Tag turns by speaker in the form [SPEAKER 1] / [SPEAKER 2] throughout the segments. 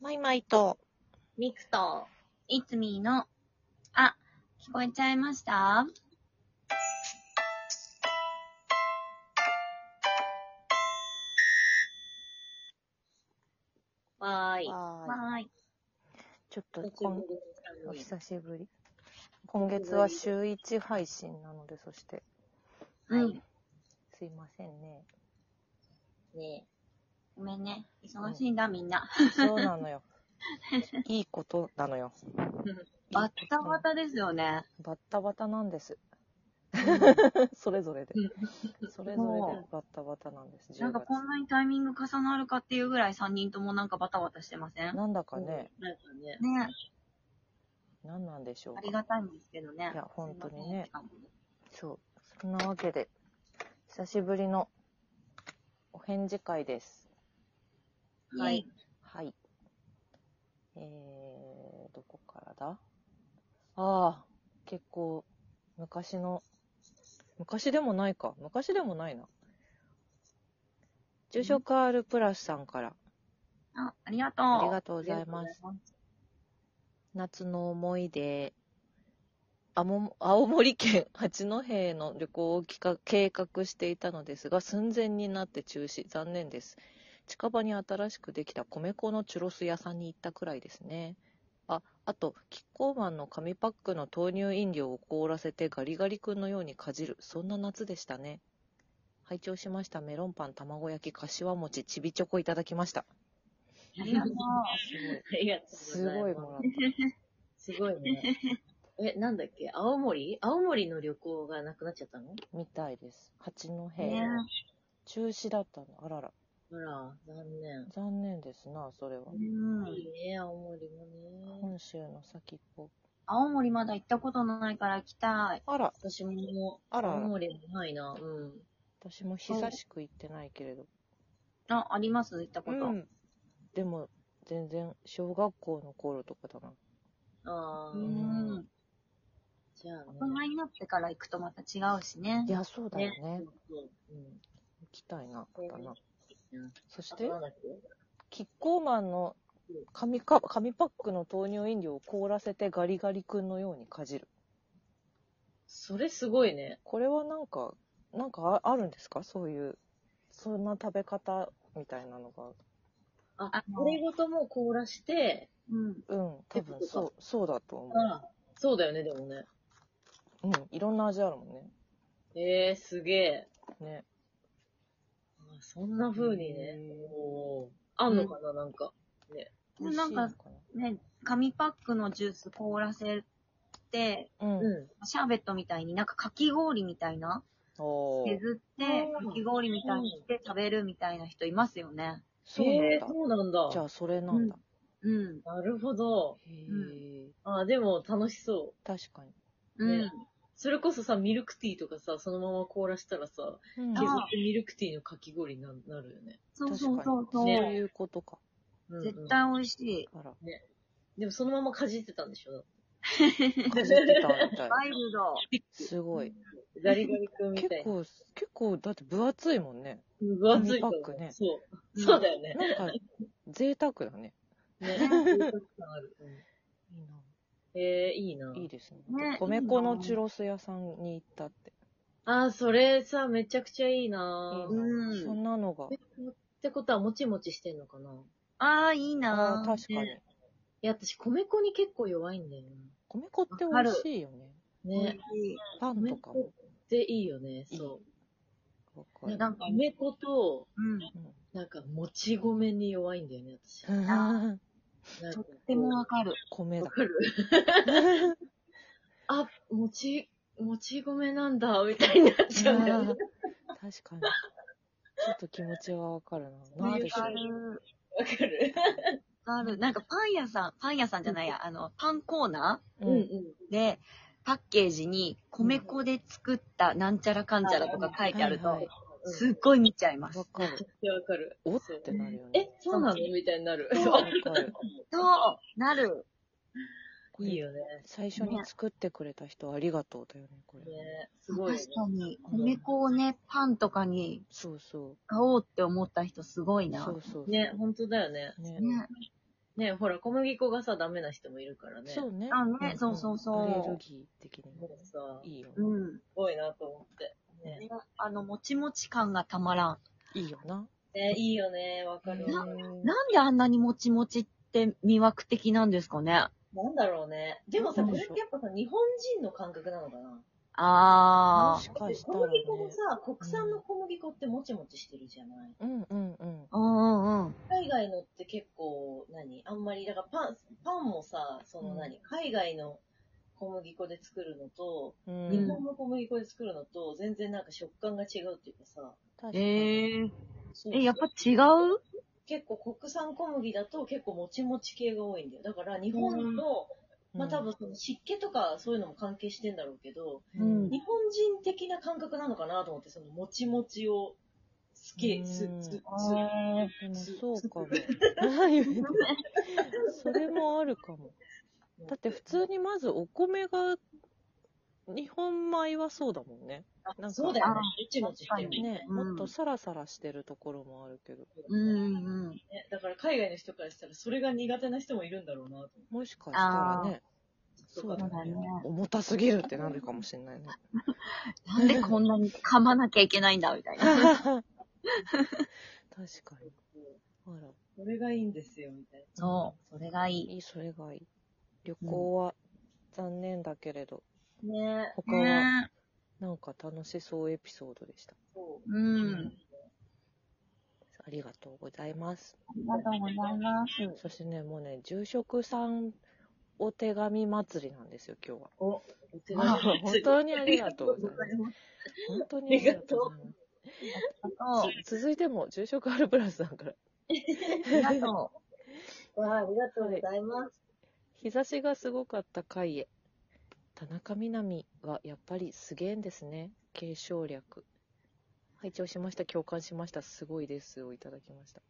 [SPEAKER 1] マイマイと、
[SPEAKER 2] ミクと、いつみーの、あ、聞こえちゃいましたわーい。わ
[SPEAKER 1] は
[SPEAKER 2] ーい。
[SPEAKER 1] いちょっと
[SPEAKER 2] 久し
[SPEAKER 1] こん
[SPEAKER 2] ぶり
[SPEAKER 1] お
[SPEAKER 2] です
[SPEAKER 1] 久しぶり。今月は週1配信なので、そして、
[SPEAKER 2] う
[SPEAKER 1] はい
[SPEAKER 2] ん。
[SPEAKER 1] すいませんね。
[SPEAKER 2] ねごめんね。忙しいんだ、みんな。
[SPEAKER 1] そうな のよ。いいことなのよ。
[SPEAKER 2] バッタバタですよね。
[SPEAKER 1] バッタバタなんです。 それぞれで
[SPEAKER 2] う。
[SPEAKER 1] それぞれでバッタバタなんです。
[SPEAKER 2] な
[SPEAKER 1] 10
[SPEAKER 2] んか
[SPEAKER 1] 月。
[SPEAKER 2] こんなにタイミング重なるかっていうぐらい3人ともなんかバタバタしてませんね
[SPEAKER 1] なんだかね、何なんでしょう
[SPEAKER 2] あ
[SPEAKER 1] か
[SPEAKER 2] り。がたいんですけどね。
[SPEAKER 1] いや本当にね
[SPEAKER 2] すいません。
[SPEAKER 1] そう。そんなわけで、久しぶりのお返事会です。
[SPEAKER 2] は
[SPEAKER 1] イェ
[SPEAKER 2] い
[SPEAKER 1] イ。はい。えー、どこからだああ、結構、昔の、昔でもないか。昔でもないな。住所カールプラスさんから、
[SPEAKER 2] あ、ありがとう。
[SPEAKER 1] ありがとうございます
[SPEAKER 2] ありがとうございます。
[SPEAKER 1] 夏の思い出、あも青森県 八戸への旅行を企画計画していたのですが、寸前になって中止、残念です。近場に新しくできた米粉のチュロス屋さんに行ったくらいですね。あ、あと、キッコーマンの紙パックの豆乳飲料を凍らせてガリガリ君のようにかじる、そんな夏でしたね。拝聴しました。メロンパン、卵焼き、かしわ餅、ちびチョコいただきました。
[SPEAKER 2] ありがとう。
[SPEAKER 1] すごい。
[SPEAKER 3] ありがとう
[SPEAKER 1] す
[SPEAKER 3] ござい
[SPEAKER 1] ごい
[SPEAKER 3] ま
[SPEAKER 1] もらった。
[SPEAKER 3] す。すごいね。 え、なんだっけ青森青森の旅行がなくなっちゃったの
[SPEAKER 1] みたいです。八戸。
[SPEAKER 2] ね
[SPEAKER 1] 中止だったの。あらら。
[SPEAKER 3] あら、残念。
[SPEAKER 1] 残念ですな、それは。
[SPEAKER 2] うん。
[SPEAKER 3] いいね、青森もね。
[SPEAKER 1] 本州の先っぽ。
[SPEAKER 2] 青森まだ行ったことないから行きたい。
[SPEAKER 1] あら、
[SPEAKER 3] 私も、
[SPEAKER 1] あら
[SPEAKER 3] 青森もないな。うん。
[SPEAKER 1] 私も久しく行ってないけれど。
[SPEAKER 2] あ、あります行ったこと。
[SPEAKER 1] うんでも、全然、小学校の頃とかだな。
[SPEAKER 3] ああ、
[SPEAKER 2] うん。
[SPEAKER 3] じゃあね。
[SPEAKER 2] 大人になってから行くとまた違うしね
[SPEAKER 1] い。や、そうだよね。
[SPEAKER 3] そううん。
[SPEAKER 1] 行きたいな、またな。
[SPEAKER 3] うん
[SPEAKER 1] そし
[SPEAKER 3] あ
[SPEAKER 1] て
[SPEAKER 3] と、なんだっけ
[SPEAKER 1] キッコーマンの紙か紙パックの豆乳飲料を凍らせてガリガリ君のようにかじる。
[SPEAKER 3] それすごいね。
[SPEAKER 1] これはなんか、なんかああるんですかそういう、そんな食べ方みたいなのが。
[SPEAKER 3] あ
[SPEAKER 2] あ、の
[SPEAKER 3] これごとも凍らして、
[SPEAKER 2] うん。
[SPEAKER 1] うん、多分そう、そうだと思う。
[SPEAKER 3] あそうだよね、でもね。
[SPEAKER 1] うん、いろんな味あるもんね。
[SPEAKER 3] ええー、すげえ。
[SPEAKER 1] ね。
[SPEAKER 3] あそんな風にね。おーあんのかな、なんか。
[SPEAKER 2] でなんかね、紙パックのジュース凍らせて、
[SPEAKER 1] うん。
[SPEAKER 3] うん。
[SPEAKER 2] シャーベットみたいになんかかき氷みたいな
[SPEAKER 1] おー
[SPEAKER 2] 削って、
[SPEAKER 3] うん
[SPEAKER 2] かき氷みたいにして食べるみたいな人いますよね。
[SPEAKER 1] そう
[SPEAKER 3] え
[SPEAKER 1] なん
[SPEAKER 3] ー
[SPEAKER 1] だ。
[SPEAKER 3] そうなんだ。
[SPEAKER 1] じゃあ、それなんだ。
[SPEAKER 2] うん。
[SPEAKER 3] なるほど。
[SPEAKER 1] へえ、
[SPEAKER 3] あ、でも楽しそう。
[SPEAKER 1] 確かに。
[SPEAKER 2] うん。
[SPEAKER 3] ねそれこそさ、ミルクティーとかさ、そのまま凍らしたらさ、
[SPEAKER 1] うん
[SPEAKER 3] 削
[SPEAKER 2] あ
[SPEAKER 3] ってミルクティーのかき氷にななるよね。
[SPEAKER 2] そうそう
[SPEAKER 1] 確か
[SPEAKER 2] そ
[SPEAKER 1] に
[SPEAKER 2] う。。そう
[SPEAKER 1] そういうことか。
[SPEAKER 3] うんうん
[SPEAKER 2] 絶。対美味しい。
[SPEAKER 1] あら、
[SPEAKER 3] でもそのままかじってたんでしょ
[SPEAKER 1] かじってたみたい。
[SPEAKER 2] ワ イルド。
[SPEAKER 1] すごい。
[SPEAKER 3] ガリガリ君み
[SPEAKER 1] 結
[SPEAKER 3] たいな。
[SPEAKER 1] 構、結構、だって分厚いもんね。
[SPEAKER 3] 分厚いと
[SPEAKER 1] 紙パック
[SPEAKER 3] 思う。
[SPEAKER 1] ね
[SPEAKER 3] そう。そうだよね。
[SPEAKER 1] なんか、贅沢だね。
[SPEAKER 3] ね。 贅沢感あるうん
[SPEAKER 1] いい
[SPEAKER 3] えー、いいな
[SPEAKER 1] な。。いいですね。
[SPEAKER 2] ね
[SPEAKER 1] 米粉のチュロス屋さんに行ったって。
[SPEAKER 3] あー、それさ、めちゃくちゃいいない
[SPEAKER 1] いな
[SPEAKER 2] うん
[SPEAKER 1] そんなのが。
[SPEAKER 3] ってことは、もちもちしてんのかない
[SPEAKER 2] ああ、いい
[SPEAKER 1] あ
[SPEAKER 2] な
[SPEAKER 1] あ、
[SPEAKER 2] ぁ。
[SPEAKER 1] 確かに。
[SPEAKER 3] や、私、米粉に結構弱いんだよ
[SPEAKER 1] 米粉って美味しいよね。
[SPEAKER 2] 美
[SPEAKER 3] な。ね。
[SPEAKER 2] 味しい
[SPEAKER 1] パンとかも。
[SPEAKER 3] でいいよね、そ
[SPEAKER 1] わか
[SPEAKER 3] う。
[SPEAKER 1] る
[SPEAKER 2] な
[SPEAKER 3] なんん
[SPEAKER 2] か
[SPEAKER 3] か、米粉と、
[SPEAKER 2] うん。
[SPEAKER 1] うん
[SPEAKER 3] なんか、もち米に弱いんだよね、私。
[SPEAKER 1] あ
[SPEAKER 3] なん
[SPEAKER 2] と
[SPEAKER 3] か
[SPEAKER 2] ってもわかる。
[SPEAKER 1] 米
[SPEAKER 3] わ
[SPEAKER 1] だ。
[SPEAKER 3] かる あ、もち、もち米なんだ、みたいになっちゃうんだよね。
[SPEAKER 1] あー確かに。ちょっと気持ちはわかるな。なんでしょ
[SPEAKER 2] わか
[SPEAKER 1] う。
[SPEAKER 2] る。
[SPEAKER 3] わかる。
[SPEAKER 2] わかる。なんかパン屋さん、パン屋さんじゃないや、あの、パンコーナ
[SPEAKER 3] うんうん。
[SPEAKER 2] ーで、パッケージに米粉で作ったなんちゃらかんちゃらとか書いてある
[SPEAKER 1] はいは
[SPEAKER 2] と
[SPEAKER 1] い、
[SPEAKER 2] すっごい見ちゃいま
[SPEAKER 1] わ
[SPEAKER 2] す。
[SPEAKER 1] かる。
[SPEAKER 3] いやわかる。
[SPEAKER 1] おっ
[SPEAKER 3] そう
[SPEAKER 1] てなるよ
[SPEAKER 3] え
[SPEAKER 1] ね。、
[SPEAKER 3] そうなのみたいになる。
[SPEAKER 1] わかる。
[SPEAKER 2] そう、なる。
[SPEAKER 1] こ
[SPEAKER 3] い
[SPEAKER 1] れ
[SPEAKER 3] いよね。
[SPEAKER 1] 最初に作ってくれた人ありがとうだよね、これ。
[SPEAKER 3] ねす
[SPEAKER 2] 確
[SPEAKER 3] ごいよね。
[SPEAKER 2] かに、米粉をね、パンとかに
[SPEAKER 1] そうそ。
[SPEAKER 2] 買おうって思った人すごいうな。
[SPEAKER 1] そう
[SPEAKER 2] ね。
[SPEAKER 1] そうそう。
[SPEAKER 3] ね、本当だよね。
[SPEAKER 1] ね。
[SPEAKER 3] ね、ほら、小麦粉がさ、ダメな人もいるからね。
[SPEAKER 1] そうね。
[SPEAKER 2] あね
[SPEAKER 1] ん
[SPEAKER 2] そうそうそう
[SPEAKER 1] アレルギー的に
[SPEAKER 3] もうさ、す
[SPEAKER 1] いいよ。
[SPEAKER 2] うん。
[SPEAKER 3] ごいなと思って。ね、
[SPEAKER 2] あの、もちもち感がたまらん。
[SPEAKER 1] いいよな。
[SPEAKER 3] ねいいよね、わかるわ。
[SPEAKER 1] うん
[SPEAKER 2] なんであんなにもちもちって魅惑的なんですかね
[SPEAKER 3] なんだろうね。でもさ、
[SPEAKER 1] なん
[SPEAKER 3] こ
[SPEAKER 1] で
[SPEAKER 3] れっ
[SPEAKER 1] しょう
[SPEAKER 3] てやっぱさ、日本人の感覚なのかな
[SPEAKER 2] あ
[SPEAKER 1] しかした
[SPEAKER 3] 小
[SPEAKER 1] ら
[SPEAKER 3] 麦
[SPEAKER 1] ね
[SPEAKER 3] 粉もさ、国産の小麦粉ってもちもちしてるじゃない。
[SPEAKER 1] うんうんうん。
[SPEAKER 2] あ。うんうんうん。
[SPEAKER 3] 海外のって結構、何あんまり、だからパン、パンもさ、その何、海外の小麦粉で作るのと、
[SPEAKER 1] うん、
[SPEAKER 3] 日本の小麦粉で作るのと、全然なんか食感が違うっていうかさ、
[SPEAKER 1] 確かに
[SPEAKER 2] ええ
[SPEAKER 3] そう
[SPEAKER 2] え、やっぱ違う
[SPEAKER 3] 結構国産小麦だと結構もちもち系が多いんだよ。だから日本の、
[SPEAKER 1] うん
[SPEAKER 3] まあ多分その湿気とかそういうのも関係してんだろうけど、
[SPEAKER 2] うん
[SPEAKER 3] 日本人的な感覚なのかなと思って、そのもちもちをす
[SPEAKER 1] う
[SPEAKER 3] け、
[SPEAKER 1] ん
[SPEAKER 3] す、す、す、
[SPEAKER 2] あ
[SPEAKER 1] でもそうかも。 それもあるかも。だって普通にまずお米が日本米はそうだもんね。
[SPEAKER 3] あ
[SPEAKER 1] なんか
[SPEAKER 3] そうだよ
[SPEAKER 2] あ
[SPEAKER 3] ね。もちもちしてるもんね。
[SPEAKER 1] ね、
[SPEAKER 2] うん
[SPEAKER 1] もっとサラサラしてるところもあるけど。
[SPEAKER 2] うんうん。
[SPEAKER 3] ねだから海外の人からしたらそれが苦手な人もいるんだろうなと思って。
[SPEAKER 1] もしかしたらね、そう
[SPEAKER 2] そ
[SPEAKER 1] だ
[SPEAKER 2] うだ
[SPEAKER 1] ね
[SPEAKER 2] ね。。
[SPEAKER 1] 重たすぎるってなるかもしれないね。
[SPEAKER 2] なんでこんなに噛まなきゃいけないんだみたいな。
[SPEAKER 1] 確かに。あら、
[SPEAKER 3] それがいいんですよ、みたいな。
[SPEAKER 2] そう、それがいい。
[SPEAKER 1] いい、それがいい。旅行は残念だけれど、
[SPEAKER 3] ね
[SPEAKER 1] 他は
[SPEAKER 2] ね
[SPEAKER 1] なんか楽しそうエピソードでした。
[SPEAKER 3] そ
[SPEAKER 2] う。
[SPEAKER 3] う。うん
[SPEAKER 1] ありがとうございます。
[SPEAKER 2] ありがとうございます。
[SPEAKER 1] そしてね、もうね、住職さんお手紙祭りなんですよ、今日は。
[SPEAKER 3] お手
[SPEAKER 2] あ
[SPEAKER 3] 紙
[SPEAKER 1] 本当にありがとうございます。
[SPEAKER 3] ます。
[SPEAKER 1] 本当にありがとうございます。
[SPEAKER 2] あ
[SPEAKER 1] つ続いても、住職アルプラスさんから。
[SPEAKER 2] りがと
[SPEAKER 3] わあ、ありがとうございます。
[SPEAKER 1] 日差しがすごかった回へ。田中みな実はやっぱりすげえんですね。継承略。拝聴しました。共感しました。すごいです。をいただきました。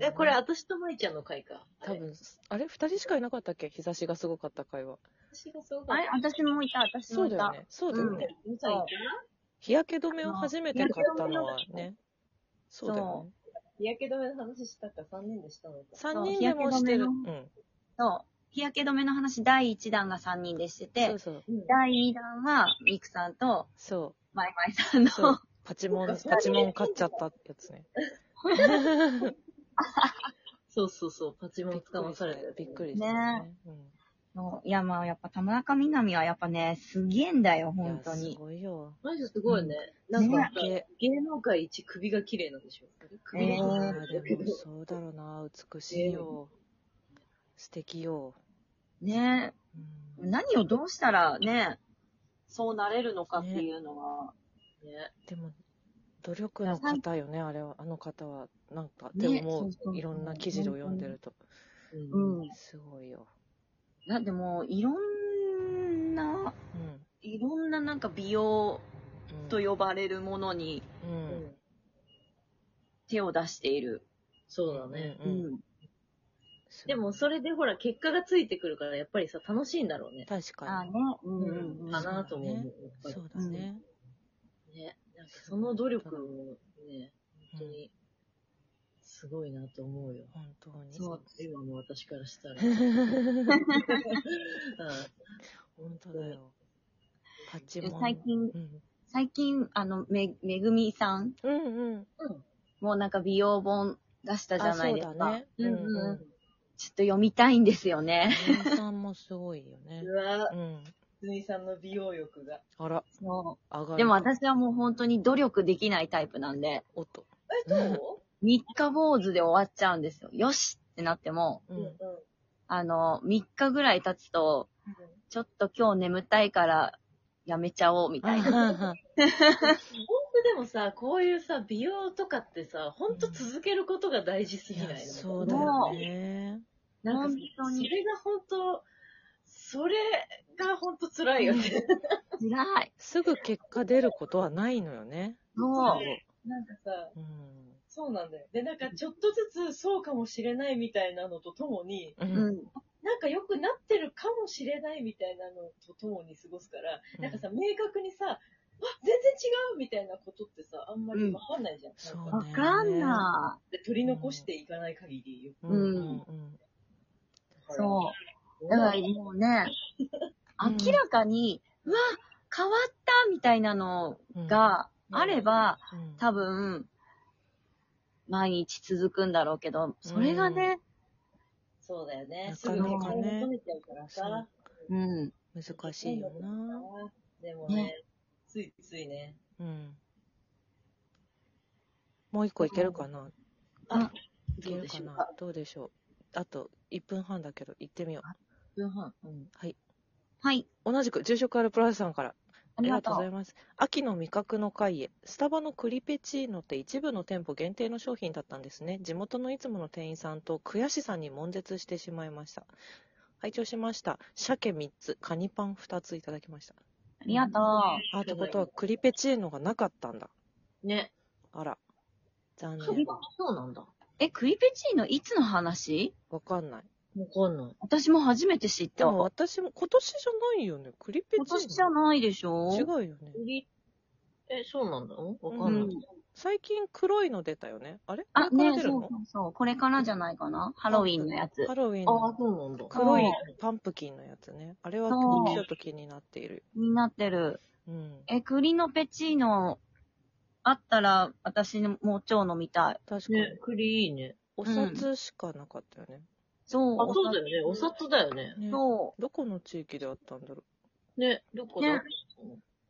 [SPEAKER 3] え、これ、
[SPEAKER 1] ね
[SPEAKER 3] 私と舞ちゃんの回か。あ
[SPEAKER 1] 多
[SPEAKER 3] れ。
[SPEAKER 1] 分、あれ二人しかいなかったっけ日差しがすごかった回は。
[SPEAKER 3] 私がそう
[SPEAKER 2] う。あれ私もいた、私
[SPEAKER 1] そう
[SPEAKER 2] もい
[SPEAKER 1] だよ
[SPEAKER 2] た。
[SPEAKER 1] ね。そうだよね。
[SPEAKER 3] 舞ちゃん行く
[SPEAKER 1] 日焼け止めを初めて買ったのはね。そうだよね。
[SPEAKER 3] 日焼け止めの話したか3人でしたのか。
[SPEAKER 1] 三人でもしてる。う。
[SPEAKER 2] そうんそう。日焼け止めの話、第1弾が3人でしてて、
[SPEAKER 1] そうそう。
[SPEAKER 3] うん
[SPEAKER 2] 第2弾は、ミクさんと、
[SPEAKER 1] そ
[SPEAKER 2] マイマイさん
[SPEAKER 1] う。そ
[SPEAKER 2] の
[SPEAKER 1] う、。パチモン、パチモン買っちゃったやつね。
[SPEAKER 3] そうそうそう、パチモ
[SPEAKER 1] び
[SPEAKER 3] ン
[SPEAKER 1] っく
[SPEAKER 3] 捕ま
[SPEAKER 1] り
[SPEAKER 3] さ
[SPEAKER 1] し
[SPEAKER 3] れ
[SPEAKER 1] た
[SPEAKER 3] た
[SPEAKER 1] よ
[SPEAKER 3] や。つ
[SPEAKER 1] びっくりしたよね。うん
[SPEAKER 2] のいや、まあ、やっぱ田中みな実はやっぱね、すげえんだよ、
[SPEAKER 1] いや
[SPEAKER 2] 本当
[SPEAKER 1] す
[SPEAKER 2] に。
[SPEAKER 1] ごいよ。
[SPEAKER 3] マジですごいね。なんかさ、
[SPEAKER 1] ね
[SPEAKER 3] 芸能界一首が綺麗なんでしょ首が
[SPEAKER 2] え
[SPEAKER 3] 綺
[SPEAKER 2] ー
[SPEAKER 3] 麗
[SPEAKER 1] あ
[SPEAKER 3] なんだ
[SPEAKER 1] ー
[SPEAKER 3] け
[SPEAKER 1] で
[SPEAKER 3] ど
[SPEAKER 1] もそうだろうな、美しいよ。素敵よ。
[SPEAKER 2] ね
[SPEAKER 1] うん
[SPEAKER 2] 何をどうしたらね、そうなれるのかっていうのは、
[SPEAKER 3] ね。
[SPEAKER 1] でも、努力の方よね、あれは、あの方は。なんか、
[SPEAKER 2] ね
[SPEAKER 1] でも
[SPEAKER 2] そうそうそ
[SPEAKER 1] もう、
[SPEAKER 2] う
[SPEAKER 1] いろんな記事で読んでると。
[SPEAKER 3] う。
[SPEAKER 2] うんん。
[SPEAKER 1] すごいよ。
[SPEAKER 2] だってもう、いろん
[SPEAKER 1] う
[SPEAKER 2] な、
[SPEAKER 1] ん。
[SPEAKER 2] いろんななんか美容
[SPEAKER 1] うん
[SPEAKER 2] と呼ばれるものに
[SPEAKER 1] う。
[SPEAKER 3] うんん
[SPEAKER 2] 手を出している。
[SPEAKER 3] そうだね。
[SPEAKER 1] うんうん。
[SPEAKER 2] うん
[SPEAKER 3] でも、それでほら、結果がついてくるから、やっぱりさ、楽しいんだろうね。
[SPEAKER 1] 確
[SPEAKER 2] あ
[SPEAKER 1] か
[SPEAKER 2] ね
[SPEAKER 1] に。、
[SPEAKER 2] うんうんうん。
[SPEAKER 3] かなとも思う。やっぱ
[SPEAKER 1] そうだね。
[SPEAKER 3] りね。なんかその努力をね、本当に、すごいなと思うよ。
[SPEAKER 1] 本当に。
[SPEAKER 2] そう
[SPEAKER 3] 今の私からし たら。
[SPEAKER 1] 本当だよ。パチ
[SPEAKER 2] で
[SPEAKER 1] モン。
[SPEAKER 2] 最近、
[SPEAKER 1] うん。
[SPEAKER 2] 最近、あの、め、めぐみさん
[SPEAKER 1] うんうん。
[SPEAKER 2] もなんか美容本出したじゃ
[SPEAKER 1] あ、
[SPEAKER 2] な
[SPEAKER 1] そ
[SPEAKER 2] いうです
[SPEAKER 1] だ
[SPEAKER 2] か。
[SPEAKER 1] ね。
[SPEAKER 3] うん
[SPEAKER 1] うん
[SPEAKER 3] う
[SPEAKER 1] うんん。
[SPEAKER 2] ちょっと読みたいんですよね。
[SPEAKER 1] 美容さんもすごいよね
[SPEAKER 3] う。わ
[SPEAKER 1] う、ん。
[SPEAKER 3] つみさんの美容欲が。
[SPEAKER 1] あら、
[SPEAKER 2] そ
[SPEAKER 1] 上が
[SPEAKER 2] う。
[SPEAKER 1] る。
[SPEAKER 2] でも、私はもう本当に努力できないタイプなんで、
[SPEAKER 1] おっと。
[SPEAKER 3] え、ど
[SPEAKER 2] 3日坊主で終わっちゃうんですよ。よしってなっても、
[SPEAKER 1] う。
[SPEAKER 3] ううんん
[SPEAKER 1] う
[SPEAKER 3] うん
[SPEAKER 1] ん。
[SPEAKER 2] あの、3日ぐらい経つと、ちょっと今日眠たいからやめちゃおうみたいな。
[SPEAKER 1] あ
[SPEAKER 3] 本当でもさ、こういうさ、美容とかってさ、本当続けることが大事す
[SPEAKER 1] い
[SPEAKER 3] ぎな
[SPEAKER 1] や
[SPEAKER 3] いの
[SPEAKER 1] そうだよね。
[SPEAKER 3] なん
[SPEAKER 2] 本
[SPEAKER 3] か
[SPEAKER 2] 当
[SPEAKER 3] そ
[SPEAKER 2] に
[SPEAKER 3] れが本当、それが本当辛いよね。
[SPEAKER 2] 辛い。
[SPEAKER 1] すぐ結果出ることはないのよね。
[SPEAKER 2] も
[SPEAKER 3] なんかさ、
[SPEAKER 1] うん。
[SPEAKER 3] そうなんだよ。で、なんかちょっとずつそうかもしれないみたいなのとともに、
[SPEAKER 1] う
[SPEAKER 2] う、
[SPEAKER 1] ん。
[SPEAKER 2] うん。
[SPEAKER 3] なんか良くなってるかもしれないみたいなのとともに過ごすから、
[SPEAKER 1] うん
[SPEAKER 3] なんかさ、明確にさ、あ、全然違うみたいなことってさ、あんまりわかんないじゃん。
[SPEAKER 1] そう
[SPEAKER 3] なん
[SPEAKER 2] わ
[SPEAKER 3] か
[SPEAKER 2] かんな
[SPEAKER 3] で取り残していかない限りよ。
[SPEAKER 2] うん
[SPEAKER 1] うん
[SPEAKER 2] い。そう。だからもうね、
[SPEAKER 1] うん
[SPEAKER 2] 明らかに、うわ、変わったみたいなの
[SPEAKER 1] うん
[SPEAKER 2] があれば、
[SPEAKER 1] うん
[SPEAKER 2] 多分、毎日続くんだろうけど、それがね、
[SPEAKER 3] そうだよね。
[SPEAKER 1] な
[SPEAKER 3] す
[SPEAKER 1] か
[SPEAKER 3] ぐ
[SPEAKER 1] な
[SPEAKER 3] 結
[SPEAKER 1] かね
[SPEAKER 3] 婚求めちゃうからさ。
[SPEAKER 2] うん。
[SPEAKER 1] 難しいよな。
[SPEAKER 3] でもね、
[SPEAKER 2] ね
[SPEAKER 3] ついついね。
[SPEAKER 1] うん。もう一個いけるかな。いけ
[SPEAKER 3] どう
[SPEAKER 1] る
[SPEAKER 3] で
[SPEAKER 1] か
[SPEAKER 3] しょう
[SPEAKER 1] な
[SPEAKER 3] か。。
[SPEAKER 1] どうでしょう。あと1分半だけど、行ってみよ
[SPEAKER 3] 1分半。うん。
[SPEAKER 2] はい。
[SPEAKER 1] う。同じく住職あるプラスさんから。
[SPEAKER 2] ありがと
[SPEAKER 1] ありがとうござ
[SPEAKER 2] う。
[SPEAKER 1] います。秋の味覚の会へ、スタバのクリペチーノって一部の店舗限定の商品だったんですね。地元のいつもの店員さんと悔しさに悶絶してしまいました。拝聴しました。鮭3つ、カニパン2ついただきました。
[SPEAKER 2] ありがとう。
[SPEAKER 1] あ、ってことはクリペチーノがなかったんだ。
[SPEAKER 3] ね。
[SPEAKER 1] あら。残
[SPEAKER 3] そう
[SPEAKER 1] 念。
[SPEAKER 3] そうなんだ。わ
[SPEAKER 2] え、クリペチーノいつの話
[SPEAKER 1] わかんない。
[SPEAKER 3] かんない。
[SPEAKER 2] 私も初めて知っ
[SPEAKER 1] で
[SPEAKER 2] た。
[SPEAKER 1] も
[SPEAKER 2] 今
[SPEAKER 1] 私も今年じゃないよね。クリペチーノ。
[SPEAKER 2] 年じゃないでしょ
[SPEAKER 1] 違うよね。
[SPEAKER 3] 栗え、そうなんだわ
[SPEAKER 1] か
[SPEAKER 2] うん
[SPEAKER 1] ない
[SPEAKER 2] ん。
[SPEAKER 1] 最近黒いの出たよね。あれ
[SPEAKER 2] あ、
[SPEAKER 1] これから
[SPEAKER 2] ね
[SPEAKER 1] 出
[SPEAKER 2] そ
[SPEAKER 1] るの、
[SPEAKER 2] うそうそう。これからじゃないかなハロウィンのやつ。
[SPEAKER 1] ハロウィンの。
[SPEAKER 3] ああ、そうなんだ。
[SPEAKER 1] 黒い
[SPEAKER 2] うん
[SPEAKER 1] パンプキンのやつね。あれは
[SPEAKER 2] そう
[SPEAKER 1] ちょっと気になっている。
[SPEAKER 2] になってる。
[SPEAKER 1] うん。
[SPEAKER 2] え、栗のペチーノ、あったら、私もう超飲みたい。
[SPEAKER 1] 確かに。
[SPEAKER 3] ね、栗いいね。
[SPEAKER 1] お札しかなかったよね。
[SPEAKER 2] そう。
[SPEAKER 3] あ、そう
[SPEAKER 2] お
[SPEAKER 3] だ
[SPEAKER 2] 砂
[SPEAKER 3] よね。お札だよね。
[SPEAKER 1] ね
[SPEAKER 2] 糖
[SPEAKER 1] どこの地域であったんだろ
[SPEAKER 3] ね、どこ
[SPEAKER 2] ね
[SPEAKER 3] だ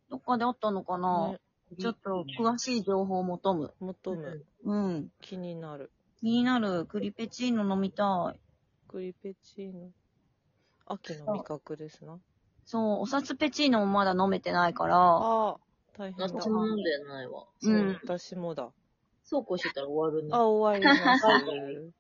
[SPEAKER 2] どっかであったのか
[SPEAKER 1] う。
[SPEAKER 2] な、
[SPEAKER 1] ね、
[SPEAKER 2] ちょっと詳しい情報を求む。
[SPEAKER 1] 求
[SPEAKER 3] う
[SPEAKER 1] む
[SPEAKER 3] ん。
[SPEAKER 2] うん。
[SPEAKER 1] 気になる。
[SPEAKER 2] 気になる。栗ペチーノ飲みたい。
[SPEAKER 1] クリペチーノ。秋の味覚ですな。
[SPEAKER 2] そう、お札ペチーノもまだ飲めてないから。
[SPEAKER 1] ああ、大変だ
[SPEAKER 3] 私。も飲んでないわ。
[SPEAKER 1] そう
[SPEAKER 2] うん
[SPEAKER 1] 私もだ。
[SPEAKER 3] そうこうしてたら終わる ね。
[SPEAKER 1] あ、終わります。